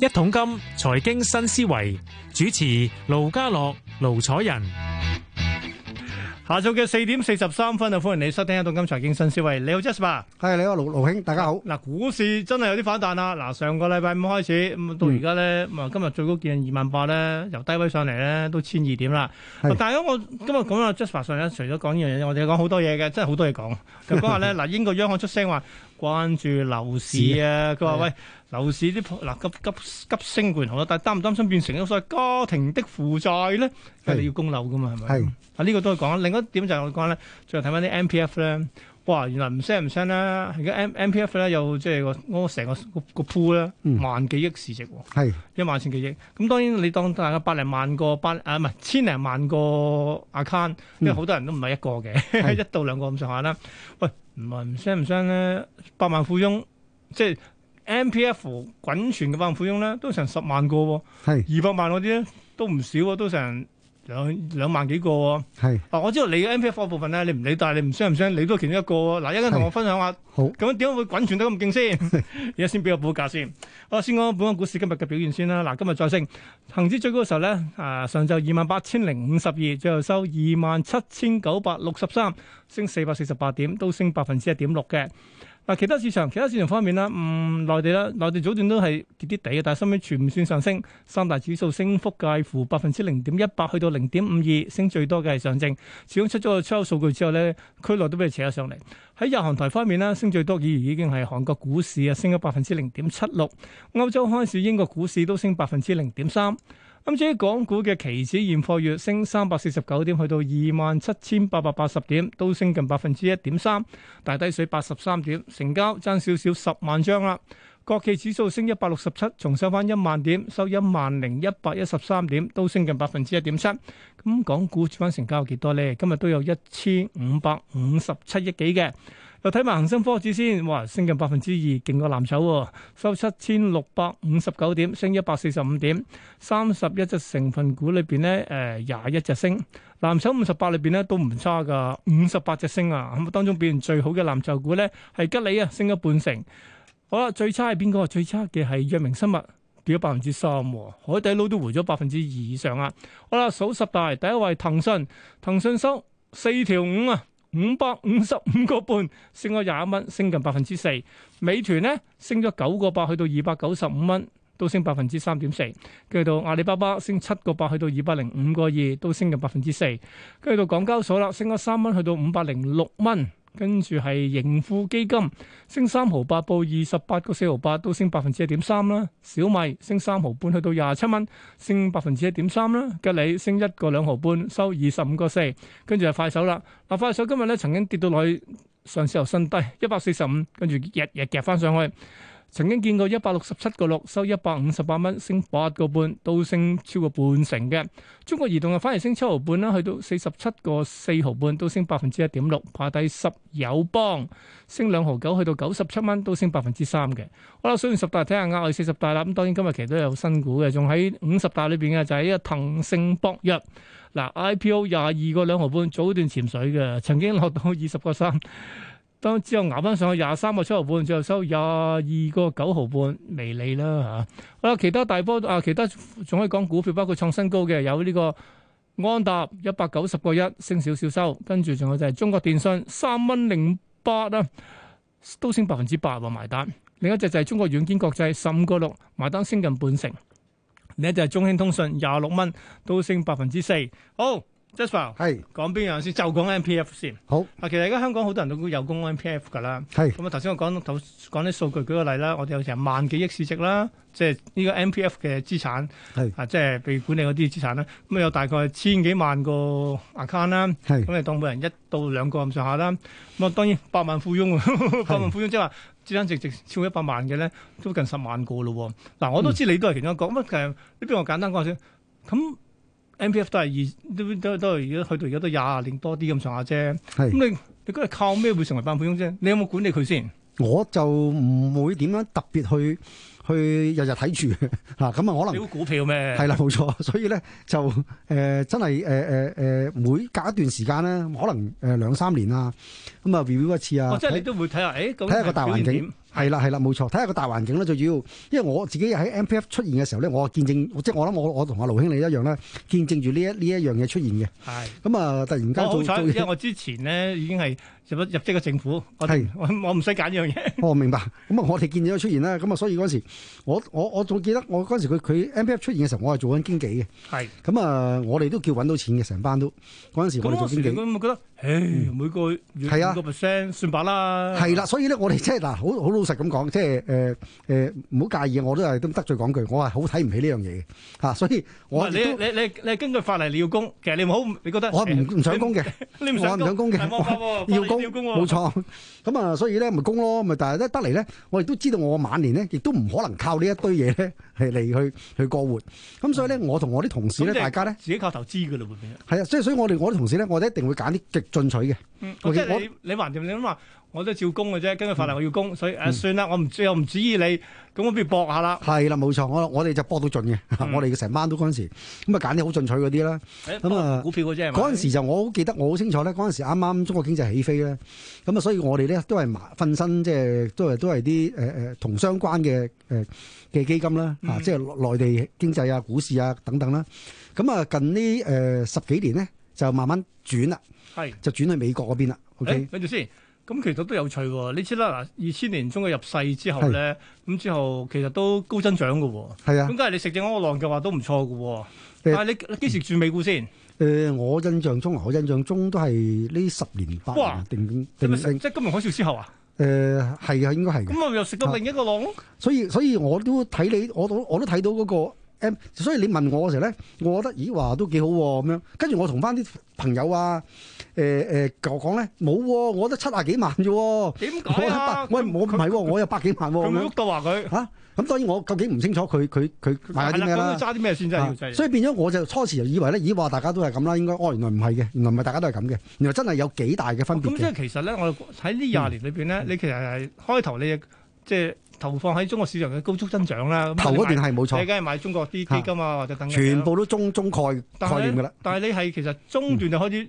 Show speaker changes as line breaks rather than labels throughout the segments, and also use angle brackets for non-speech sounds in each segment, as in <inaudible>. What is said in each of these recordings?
一桶金財經新思維主持盧家樂、盧楚仁，
下晝嘅四點四十三分啊，歡迎你收聽《一桶金財經新思維》。你好，Jasper。
係你好，盧盧兄，大家好。
嗱，股市真係有啲反彈啦。嗱，上個禮拜五開始，咁到而家咧，咁啊今日最高見二萬八咧，由低位上嚟咧都千二點啦。
係
但係咁我今日講啊，Jasper 上一除咗講呢樣嘢，我哋講好多嘢嘅，真係好多嘢講。咁講下
<laughs>
咧，嗱，英國央行出聲話關注樓市啊，佢話
係
喂，樓市啲嗱急急急升固然好啦，但係擔唔擔心變成咗所謂家庭的負債咧？因為你要供樓噶嘛，係咪？
係
啊，呢個都係講。另一點就係我講咧，最後睇翻啲 M P F 咧，哇，原來唔聲唔聲啦，而家 M M P F 咧又即係個我成個個個 pool 咧
嗯
萬幾億市值喎，
係
一萬千幾億。咁當然你當大概百零萬個百啊唔係千零萬個 account，因為好多人都唔係一個嘅，
嗯係
<laughs> 一到兩個咁上下啦。喂，唔係唔聲唔聲咧，百萬富翁即係 M P F 滾存嘅百萬富翁咧，都成十萬個喎，
係
二百萬嗰啲咧都唔少喎，都成兩兩萬幾個喎。
係
嗱，啊我知道你嘅 M P F 部分咧，你唔理，但係你唔傷唔傷，你都係其中一個喎。嗱，一陣同我分享下，
好
咁樣點解會滾轉得咁勁
<laughs>
先？而家先俾個報價先。好，先講本港股市今日嘅表現先啦。嗱，今日再升，恒指最高嘅時候咧，啊上晝二萬八千零五十二，最後收二萬七千九百六十三，升四百四十八點，都升百分之一點六嘅。嗱，其他市場，其他市場方面啦，嗯，內地啦，內地早段都係跌跌地嘅，但係收尾全線上升，三大指數升幅介乎百分之零點一八去到零點五二，升最多嘅係上證。始終出咗個出口數據之後咧，區內都俾佢扯咗上嚟。喺日韓台方面咧，升最多嘅已經係韓國股市啊，升咗百分之零點七六。歐洲開市，英國股市都升百分之零點三。咁至於港股嘅期指現貨月升三百四十九點，去到二萬七千八百八十點，都升近百分之一點三，大低水八十三點，成交爭少少十萬張啦。國企指數升一百六十七，重收翻一萬點，收一萬零一百一十三點，都升近百分之一點七。咁港股主板成交有幾多呢？今日都有一千五百五十七億幾嘅。又睇埋恒生科指先，哇，升近百分之二，勁過藍籌喎，收七千六百五十九點，升一百四十五點。三十一隻成分股裏邊咧，誒廿一隻升，藍籌五十八裏邊咧都唔差噶，五十八隻升啊！咁當中表現最好嘅藍籌股咧係吉利啊，升咗半成。好啦，最差係邊個？最差嘅係藥明生物，跌咗百分之三喎，海底撈都回咗百分之二以上啊！好啦，數十大第一位騰訊，騰訊收四條五啊，五百五十五個半，升咗廿一蚊，升近百分之四。美團咧升咗九個八，去到二百九十五蚊，都升百分之三點四。跟住到阿里巴巴升七個八，去到二百零五個二，都升近百分之四。跟住到港交所啦，升咗三蚊，去到五百零六蚊。跟住係盈富基金升三毫八，報二十八個四毫八，都升百分之一點三啦。小米升三毫半，去到廿七蚊，升百分之一點三啦。吉利升一個兩毫半，收二十五個四。跟住就快手啦，嗱快手今日咧曾經跌到落去上市由新低一百四十五，跟住日日夾翻上去。曾經見過一百六十七個六，收一百五十八蚊，升八個半，都升超過半成嘅。中國移動啊，反而升七毫半啦，去到四十七個四毫半，都升百分之一點六，排第十。友邦升兩毫九，去到九十七蚊，都升百分之三嘅。好啦，數完十大睇下額外四十大啦。咁當然今日其實都有新股嘅，仲喺五十大裏邊嘅就係呢個騰盛博藥。嗱 IPO 廿二個兩毫半，早段潛水嘅，曾經落到二十個三。當之後捱翻上去廿三個七毫半，最後收廿二個九毫半，微利啦嚇。好啦，其他大波啊，其他仲可以講股票，包括創新高嘅有呢個安踏一百九十個一，升少少收，跟住仲有就係中國電信三蚊零八啊，都升百分之八喎埋單。另一隻就係中國軟件國際十五個六，埋單升近半成。另一隻係中興通訊廿六蚊，都升百分之四。好，Jasper
係
講邊樣先？就講 M P F 先。
好
啊嗱，其實而家香港好多人都有供 M P F 㗎啦。
係
咁啊，頭先我講頭講啲數據，舉個例啦，我哋有成萬幾億市值啦，即係呢個 M P F 嘅資產，
係
啊，即係被管理嗰啲資產啦。咁啊，有大概千幾萬個 account 啦。
係
咁啊你當每人一到兩個咁上下啦。咁啊，當然百萬富翁，百萬富翁即係話資產值值超一百萬嘅咧，都近十萬個咯喎。嗱，我都知你都係其中一個。咁啊，其實呢邊我簡單講下先。咁 M P F 都係二都都都係而家去到而家都廿年多啲咁上下啫。
係，
咁你你嗰日靠咩會成為百萬富翁啫？你有冇管理佢先？
我就唔會點樣特別去去日日睇住 <laughs> 嘅嚇，咁啊可
你
能
估股票咩？
係啦冇錯， <laughs> 所以咧就誒、呃真係誒誒誒每隔一段時間呃咧，可能誒兩三年啊，咁啊 review 一次
哦，
啊，
即係你
睇
都會睇下，誒，究竟
睇下個大環
表現
境
點
係啦係啦，冇錯，睇下個大環境啦，最主要，因為我自己喺 MPF 出現嘅時候咧，我見證，即係我諗我我同阿盧兄你一樣啦，見證住呢一呢一樣嘢出現嘅。
係。
咁啊，突然
我
間
哦好
做
彩，
做
因為我之前咧已經係入咗入職嘅政府，我
係
我我唔使揀呢樣嘢。
我明白，咁啊，我哋見咗出現啦，咁啊，所以嗰時我我我仲記得我嗰時佢佢 M P F 出現嘅時候，我係做緊經紀嘅，
係
咁啊，我哋都叫揾到錢嘅，成班都嗰陣時我
咁
哋做
嗰
經
時
紀，
咁，我覺得，唉，每個
係
月
啊
五個 percent 算罷啦。
係啦，所以咧我哋即係嗱，好好老實咁講，即係誒誒唔好介意，我都係都得罪講句，我係好睇唔起呢樣嘢嘅嚇，所以
唔係，
我亦都
你你你你根據法例你要供，其實你唔好，你覺得
我唔唔想供嘅。
<laughs> 你唔想
我唔想供嘅
但係冇法喎
要
法
供
例要供喎
冇錯，咁啊，所以咧咪供咯，咪但係咧得嚟咧，我亦都知道我晚年咧，亦都唔可能靠呢一堆嘢咧係嚟去去過活，咁所以咧，我同我啲同事咧，
咁即係
大家咧
自己靠投資㗎啦，會變咗。
係啊，所以所以我哋我啲同事咧，我哋一定會揀啲極進取嘅，
嗯，即
我嗯記
係你你還掂你諗話，我都照供嘅啫，根據法例我要供，所以誒算啦，我唔又唔指意你，咁我不如搏下啦。
係啦，冇錯，我我哋就搏到盡嘅，
嗯
<laughs> 我哋成班都嗰陣時，咁啊揀啲好進取嗰啲啦。
誒
咁啊
股票嘅啫，係咪
嗰陣時就我好記得，我好清楚咧。嗰陣時啱啱中國經濟起飛咧，咁啊，所以我哋咧都係埋瞓身，即係都係都係啲誒誒同相關嘅誒嘅基金啦，嚇、
嗯
即係內地經濟啊、股市啊等等啦。咁啊，近呢誒、呃十幾年咧就慢慢轉啦，
係。
就轉去美國嗰邊啦。OK，
誒，跟住先。咁其實都有趣喎，你知啦，嗱，二千年中國入世之後咧，咁之後其實都高增長嘅喎，
係啊
咁，梗係你食正嗰個浪嘅話都唔錯嘅喎，但係你你幾時轉美股先？
誒、呃我印象中，啊我印象中都係呢十年八
哇
年定
即
定
係
定
即係金融海嘯之後啊？
誒係啊，應該係嘅。
咁我又食到另一個浪咯，
所以所以我都睇你，我都我都睇到嗰、個 M，所以你問我嘅時候咧，我覺得咦話都幾好喎咁樣。跟住我同翻啲朋友啊，誒誒講講咧，冇喎、我得七啊幾萬啫喎，我
點解
有 <laughs>
啊？
百，我我唔係喎，我有百幾萬喎
佢
咁
會
樣
喐到話佢
嚇。咁當然我究竟唔清楚佢佢佢買
係
咗
啦，
啲咩
咁
啦
要。揸啲咩先真係要
啊
真係
所以變咗我就初時就以為咧，咦話大家都係咁啦，應該哦原來唔係嘅，原來唔係大家都係咁嘅，原來真係有幾大嘅嗯分別
咁即
嘅。
係其實咧，我喺呢廿年裏邊咧，你其實係開頭你即係投放喺中國市場嘅高速增長啦。咁
頭嗰
你
段
買
係冇
你
錯，
梗係買中國啲基金啊，或者等嘅嘢啦
全部都中中概
但
概
係
念㗎啦嗯
咧。，但係你係其實中段就開始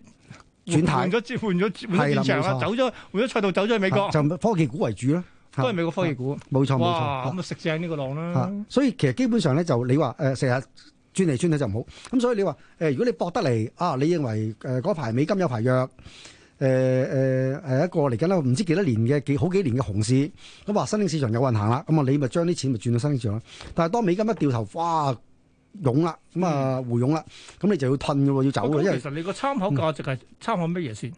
轉態
換咗支換咗換
係
咗
啦
戰場啦，
冇錯
走咗換咗賽道，走咗去美國，
啊就科技股為主啦，啊
都係美國科技股。
冇錯冇
哇！
錯
咁啊食正呢個浪
嚇
啦
嚇。所以其實基本上咧就你話誒成日轉嚟轉去就唔好，咁所以你話誒、如果你搏得嚟啊，你認為誒嗰排美金有排弱。誒誒誒一個嚟緊啦，唔知幾多年嘅幾好幾年嘅熊市，咁話新興市場有運行啦，咁啊你咪將啲錢咪轉到新興市場啦。但係當美金一掉頭，哇湧啦，咁啊回湧啦，咁你就要褪嘅喎，要走嘅，因
咁
為
其實你個參考價值係參考乜嘢先？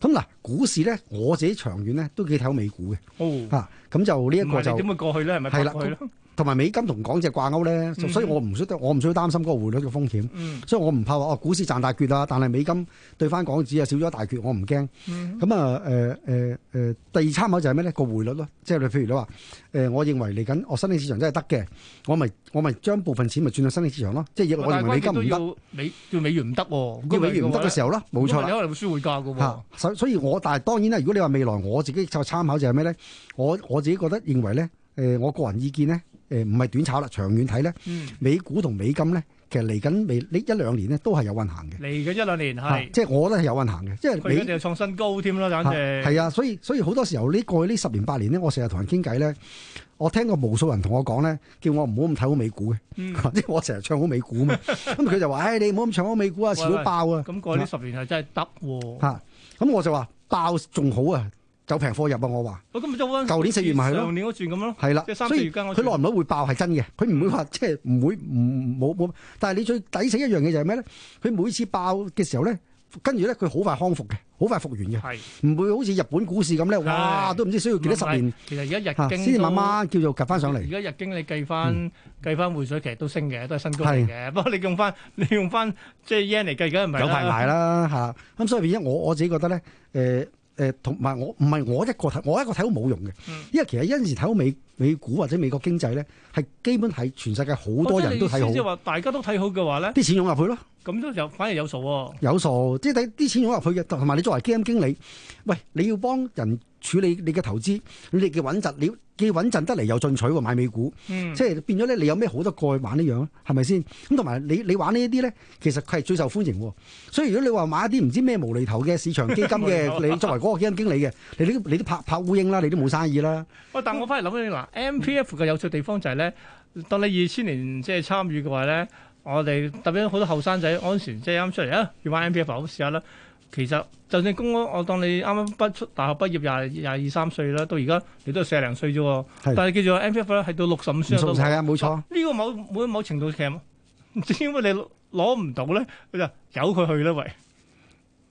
咁嗱股市咧，我自己長遠咧都幾睇好美股嘅
哦，
嚇，咁就呢一
唔
個
係
就
你。點會過去咧？係咪
係啦
過去咧？
同埋美金同港隻掛鈎咧，
嗯
所以我唔需我唔需要擔心嗰個匯率嘅風險，
嗯
所以我唔怕話哦股市賺大橛啊，但係美金對翻港紙啊少咗一大橛，我唔驚。
嗯
咁啊誒誒誒，呃第二參考就係咩咧？個匯率咯，即係你譬如你話誒，我認為嚟緊我哦新興市場真係得嘅，我咪我咪將部分錢咪轉到新興市場咯，即係我
哦但
認
係
為
關
美金
鍵
唔
都
得，
要美要美元唔得喎，
要美元唔得嘅時候啦，冇錯
因為
啦
你。可能會輸匯價嘅喎
嚇。，所所以我但係當然啦，如果你話未來我自己就參考就係咩咧？我我自己覺得認為咧，誒、我個人意見咧，誒唔係短炒啦，長遠睇咧。
嗯，
美股同美金咧，其實嚟緊未呢一兩年咧都係有運行嘅，
嚟緊一兩年
啊
係，
即係我覺得係有運行嘅，因
佢而
為
家
美
就創新高添啦，
啊
簡直
係啊，所以所以好多時候呢過去呢十年八年咧，我成日同人傾偈咧，我聽過無數人同我講咧，叫我唔好咁睇好美股嘅， <laughs>
嗯 <laughs>
即係我成日唱好美股啊嘛，咁佢就話：，唉、你唔好咁唱好美股啊，遲
喂
到
喂
爆啊！
咁過去呢十年係真係得喎。
嚇，咁我就話爆仲好啊，有平貨入啊，我話
我今日都
舊年四月咪係咯
上年嗰轉咁咯。
係啦
即係，三
所
四
以
月間我
佢耐唔耐會爆係真嘅，佢唔會話
嗯
即係唔會唔冇冇。但係你最抵死一樣嘢就係咩咧？佢每次爆嘅時候咧，跟住咧佢好快康復嘅，好快復原嘅，
係，
唔會好似日本股市咁咧，哇
係
都唔知需要幾多十年
其實而家
嚇
日經
先至慢
都
慢叫做及翻上
而
嚟。
家日經你計翻計翻匯水，其實都升嘅，都係新高嚟
係
嘅。不過你用翻 <laughs> 你用翻即係 yen 嚟計，梗係唔係
有排賣啦嚇，咁所以變咗我我自己覺得咧，誒誒同埋我唔係我一個睇，我一個睇好冇用嘅
嗯，
因為其實有陣時睇好美美股或者美國經濟咧，係基本係全世界好多人都睇
即係你意思即係
好，
話大家都睇好嘅話咧，
啲錢湧入去咯，
咁都有反而有數喎。
有數，即係睇啲錢湧入去嘅，同埋你作為基金經理，喂，你要幫人處理你嘅投資，你哋嘅穩陣，你要既穩陣得嚟又進取喎，買美股，
嗯
即係變咗咧，你有咩好得過去玩呢樣啊？係咪先？咁同埋你你玩呢一啲咧，其實佢係最受歡迎喎。所以如果你話買一啲唔知咩無厘頭嘅市場基金
無 <laughs> 厘頭啊
嘅，你作為嗰個基金經理嘅，你都你都拍拍烏蠅啦，你都冇生意啦。
喂，但我翻嚟諗起嗱，M P F 嘅有趣地方就係咧，當你二千年即係參與嘅話咧，我哋特別好多後生仔嗰陣時即係啱出嚟啊，要玩 M P F 好試下啦。其實就算公安，我當你啱啱畢出大學畢業廿廿二三歲啦，到而家你都係四廿零歲啫喎。
係
但係記住啊 M P F 咧係到六十五
唔
歲
錯，
都冇
係啊，冇錯。
呢個某某某程度上， <laughs> 唔知點解你攞唔到咧，佢就由佢去啦，喂，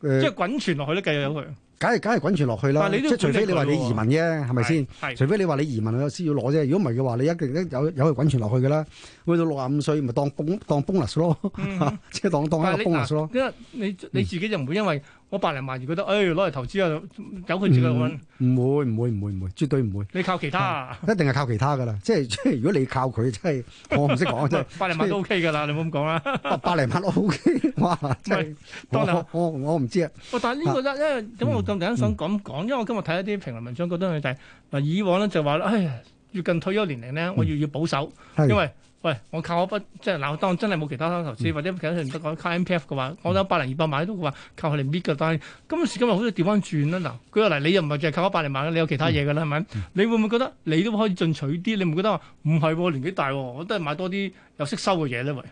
誒
即係滾存落去咧，繼續由佢。
梗係梗係滾存落去啦，
但係你
即
都
係除非你話你移民啫，係咪
係？
先？
係
除非你話你移民有先要攞啫，如果唔係嘅話，你一定一有有去滾存落去㗎啦。去到六十五歲，咪當 bon 當 bonus 咯，
嗯
<laughs> 即係當當
但係
一個
你
bonus
嗱
咯。，嗯
因為你你自己就唔會因為我百零萬而覺得，誒攞嚟投資啊，由佢自己揾，
唔會唔會唔會唔會，絕對唔會，
你靠其他啊，
<laughs> 一定係靠其他㗎啦。即係 <laughs> 即係，如果你靠佢，真係我唔識講真係
啊百零萬都 OK 㗎啦，你唔好咁講啦。
百百零萬 O K，哇！ <laughs> 真係
當然
我我我唔知啊。嗯
喂，哦但係呢個咧，因為點解我咁突然間想咁講？因為我今日睇一啲評論文章，覺得佢就係嗱，以往咧就話咧，唉，越近退休年齡咧，我
嗯
要要保守。因
係
為喂，我靠嗰筆即係嗱，當真係冇其他投
嗯
資或者其他唔得講靠 M P F 嘅話，我有百零二百萬都話靠佢嚟搣嘅。但係今時今日好似調翻轉啦。嗱，舉個例，你又唔係淨係靠一百零萬嘅，你有其他嘢㗎啦，係咪？
嗯
你會唔會覺得你都可以進取啲？你唔會覺得話唔係喎，年紀大喎，我都係買多啲有息收嘅嘢咧？喂，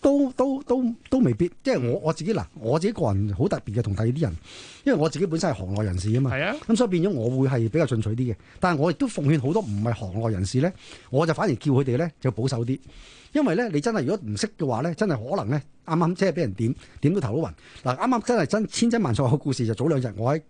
都都都都未必，即係我我自己嗱，我自己個人好特別嘅同第二啲人，因為我自己本身係行內人士啊嘛。
係啊，
咁所以變咗我會係比較進取啲嘅，但係我亦都奉勸好多唔係行內人士咧，我就反而叫佢哋咧就保守啲，因為咧你真係如果唔識嘅話咧，真係可能咧啱啱即係俾人點點到頭都暈。嗱啱啱真係真千真萬確嘅故事就早兩日我喺誒、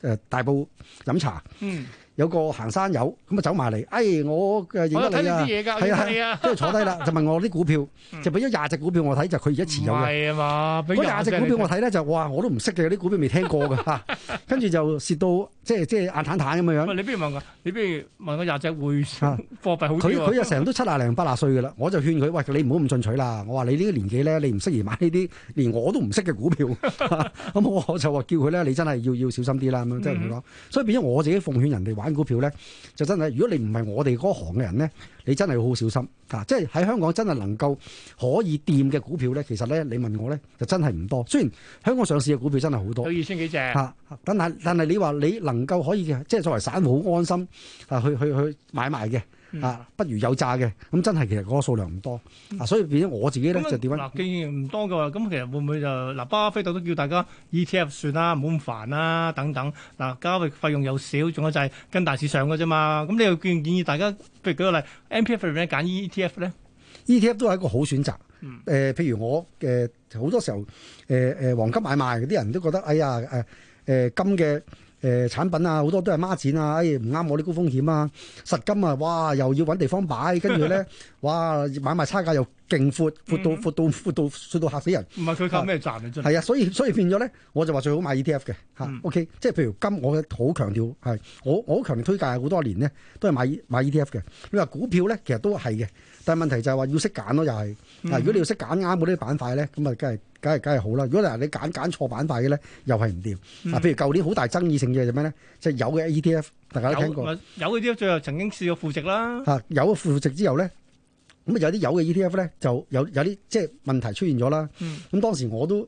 呃大埔飲茶，
嗯，
有個行山友咁啊走埋嚟，哎我誒
我有睇
認
你
得你
啲
<laughs> 啊，
嘢㗎，我
係
認
啊
得你啊，
跟住坐低啦，就問我啲股票
嗯，
就俾咗廿隻股票我睇，就佢而家
唔
持有嘅。
係啊嘛，俾
嗰廿隻股票
你
我睇咧就哇我都唔識嘅，有啲股票未聽過㗎嚇，跟住就蝕到即係即係眼坦坦咁樣樣
喂，。你不如問我，你不如問我廿隻匯
啊
貨幣好
佢
啲
佢
喎。
又成日都七廿零八廿歲嘅啦，我就勸佢：喂，你唔好咁進取啦！我話你呢個年紀咧，你唔適宜買呢啲 <laughs> 連我都唔識嘅股票。 <laughs> 咁我就話叫佢咧，你真係要要小心啲啦。咁
嗯
樣即係咁講。所以變咗我自己奉勸人哋玩股票咧，就真係如果你唔係我哋嗰行嘅人咧，你真係要好小心啊！即係喺香港真係能夠可以掂嘅股票咧，其實咧你問我咧就真係唔多。雖然香港上市嘅股票真係好多
有。二千幾隻，
嚇！但係但係你話你能夠可以嘅，即係作為散戶好安心啊，去去去買賣嘅。
嗯
啊，不如有炸嘅，咁真係其實嗰個數量唔多啊，所以變咗我自己咧
咁啊
就點樣？
嗱，既然唔多嘅話，咁其實會唔會就嗱，巴菲特都叫大家 ETF 算啦，唔好咁煩啦，等等。嗱，交易費用又少，仲有就係跟大市上嘅啫嘛。咁你又建唔建議大家，譬如舉個例，M P F 裏面揀 ETF 咧？
ETF E 都係一個好選擇。誒、呃
嗯
譬如我誒好、多時候誒誒、呃黃金買賣嗰啲人都覺得，哎呀誒誒、金嘅誒、產品啊，好多都係孖展啊，哎唔啱我啲高風險啊，實金啊，哇又要揾地方擺，跟住
<laughs>
咧哇買賣差價又勁闊，闊到
嗯
闊到闊到闊到嚇死人。
唔係佢靠咩賺啊？真係
係啊，所以所以變咗咧，我就話最好買 ETF 嘅嚇。
嗯
OK，即係譬如金，我好強調係我我好強烈推介好多年咧，都係買 E，買 ETF 嘅。你話股票咧，其實都係嘅，但係問題就係話要識揀咯，又係。
嗯
嗱，如果你要識揀啱嗰啲板塊咧，咁啊，梗係梗係梗係好啦。如果嗱你揀揀錯板塊嘅咧，又係唔掂。
嗯
嗱，譬如舊年好大爭議性嘅就咩咧，即係有嘅 ETF，大家都聽過。
有有嗰啲最後曾經試過負值啦。
啊有咗負值之後咧，咁啊有啲有嘅 ETF 咧就有有啲即係問題出現咗啦。咁、
嗯
當時我都誒、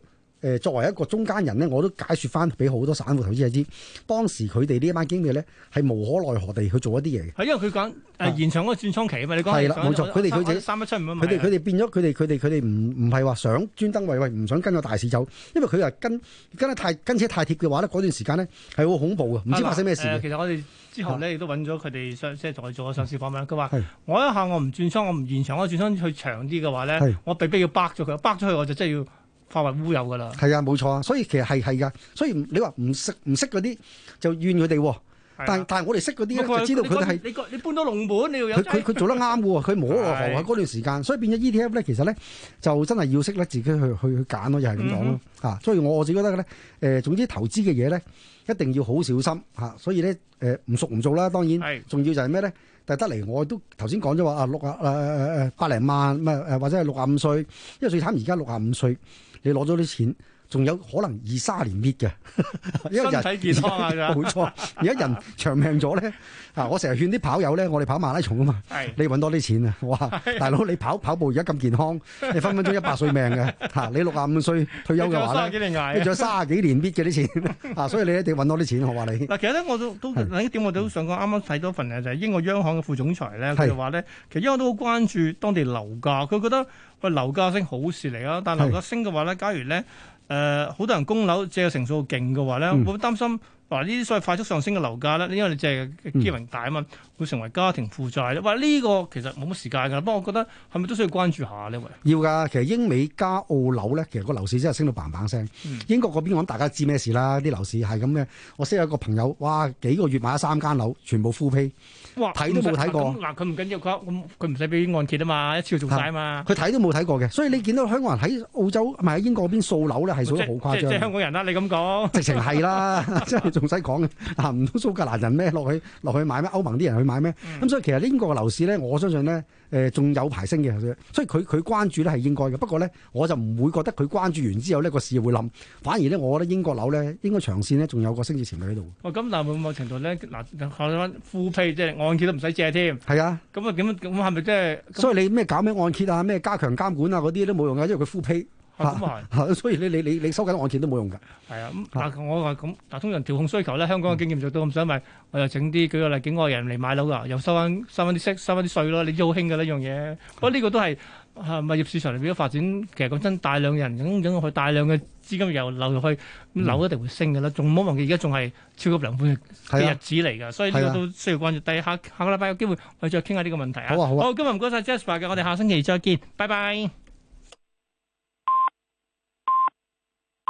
呃作為一個中間人咧，我都解説翻俾好多散戶投資者知，當時佢哋呢一班經理咧係無可奈何地去做一啲嘢嘅。
係因為佢講
啊
誒延長嗰個轉倉期啊嘛，你講
係啦冇錯佢哋佢哋
三一七五啊嘛，
佢哋佢哋變咗佢哋佢哋佢哋唔唔係話想專登為喂唔想跟個大市走，因為佢又跟跟得太跟車太貼嘅話咧，嗰段時間咧係好恐怖嘅，唔知發生咩事
啊嗱誒
嘅。啊
其實我哋之後咧亦都揾咗佢哋上即係同佢做咗上市訪問，佢話
係
我一下我唔轉倉，我唔延長，我轉倉去長啲嘅話咧
係，
我被逼要掰咗佢，掰咗佢我就真係要化為烏有噶啦。
係啊，冇錯啊，所以其實係係噶，所以你話唔識唔識嗰啲就怨佢哋
係
喎，
啊
但但係我哋識嗰啲咧
咁佢
就知道佢哋係。
你你你搬到龍門，你要有
佢佢佢做得啱喎，佢冇落
係
行喺嗰段時間，所以變咗 E ETF 咧，其實咧就真係要識咧自己去去去揀咯，又係咁講
嗯
咯嚇。所以我我自己覺得咧，誒、總之投資嘅嘢咧一定要好小心嚇、所以咧誒唔熟唔做啦，當然
係，
仲要就係咩咧？但係得嚟我都頭先講咗啊話啊六啊誒誒誒百零萬咁啊誒或者係六啊五歲，因為最慘而家六啊五歲，你攞咗啲錢，仲有可能二三年搣嘅， <laughs> 因為人
身體健康啊
而 <laughs> 家冇錯，而家人長命咗咧，啊！我成日勸啲跑友咧，我哋跑馬拉松啊嘛，
係
你揾多啲錢啊！ <laughs> 哇，大佬你跑跑步而家咁健康，你分分鐘一百歲命嘅嚇、你六廿五歲退休嘅話
三
咧
幾。年捱
你
啊
仲有卅幾年搣嘅啲錢 <laughs> 啊，所以你一定要揾多啲錢，我話你
嗱，其實咧我都都
係
另一點我都想講，啱啱睇到份嘢就係英國央行嘅副總裁咧，
係
佢就話咧，其實央行都好關注當地樓價，佢覺得喂樓價升好事嚟啊，但係
係
樓價升嘅話咧，假如咧誒好多人供樓借嘅成數勁嘅話咧，
嗯
會擔心嗱呢啲所謂快速上升嘅樓價咧，因為你借嘅基齡大啊嘛，會成為家庭負債咧。喂，呢個其實冇乜時間㗎，不過我覺得係咪都需要關注下呢？喂，
要㗎。其實英美加澳樓咧，其實個樓市真係升到嘭嘭聲。
嗯
英國嗰邊我諗大家知咩事啦，啲樓市係咁嘅。我識有個朋友，哇，幾個月買咗三間樓，全部 full pay。
哇
睇都冇睇過
咁嗱，佢唔緊要，佢佢佢唔使俾按揭啊嘛，一次過做晒啊嘛。
佢睇都冇睇過嘅，所以你見到香港人喺澳洲唔係喺英國嗰邊掃樓咧，係掃
即
得好誇
即即香
張，
港人啦，你咁講。
直情係 <laughs> 啦，即係仲使講嘅啊！唔通蘇格蘭人咩落去落去買咩？歐盟啲人去買咩？咁、
嗯
所以其實英國嘅樓市咧，我相信咧誒仲有排升嘅，所以佢佢關注咧係應該嘅。不過咧，我就唔會覺得佢關注完之後呢個市會冧，反而咧我覺得英國樓咧應該長線咧仲有個升值潛力喺度。
喂，咁但係某程度咧，嗱，考慮翻 full pay 即係按揭都唔使借添，
係啊，
咁啊點樣？咁係咪即係？咁
所以你咩搞咩按揭啊，咩加強監管啊嗰啲都冇用㗎，因為佢 full pay <laughs>
啊咁啊
所以你你你你收緊按揭都冇用㗎。
係，係啊咁。但我話咁，但通常調控需求咧，香港嘅經驗做到咁，所以咪我又整啲舉個例，境外人嚟買樓㗎，又收翻收翻啲息，收翻啲稅咯。你知好興㗎呢樣嘢。不過呢個都係啊物業市場裏邊嘅發展，其實講真，大量人咁咁去，大量嘅資金又流入去，咁樓一定會升㗎啦。仲唔好忘記而家仲係超級良盤嘅
係
嘅
啊
日。子嚟㗎，所以呢
係
個
啊
都需要關注。第下下個禮拜有機會，我哋再傾下呢個問題啊。
好啊好啊
好，今日唔該晒 Jasper 嘅，我哋下星期再見，拜拜。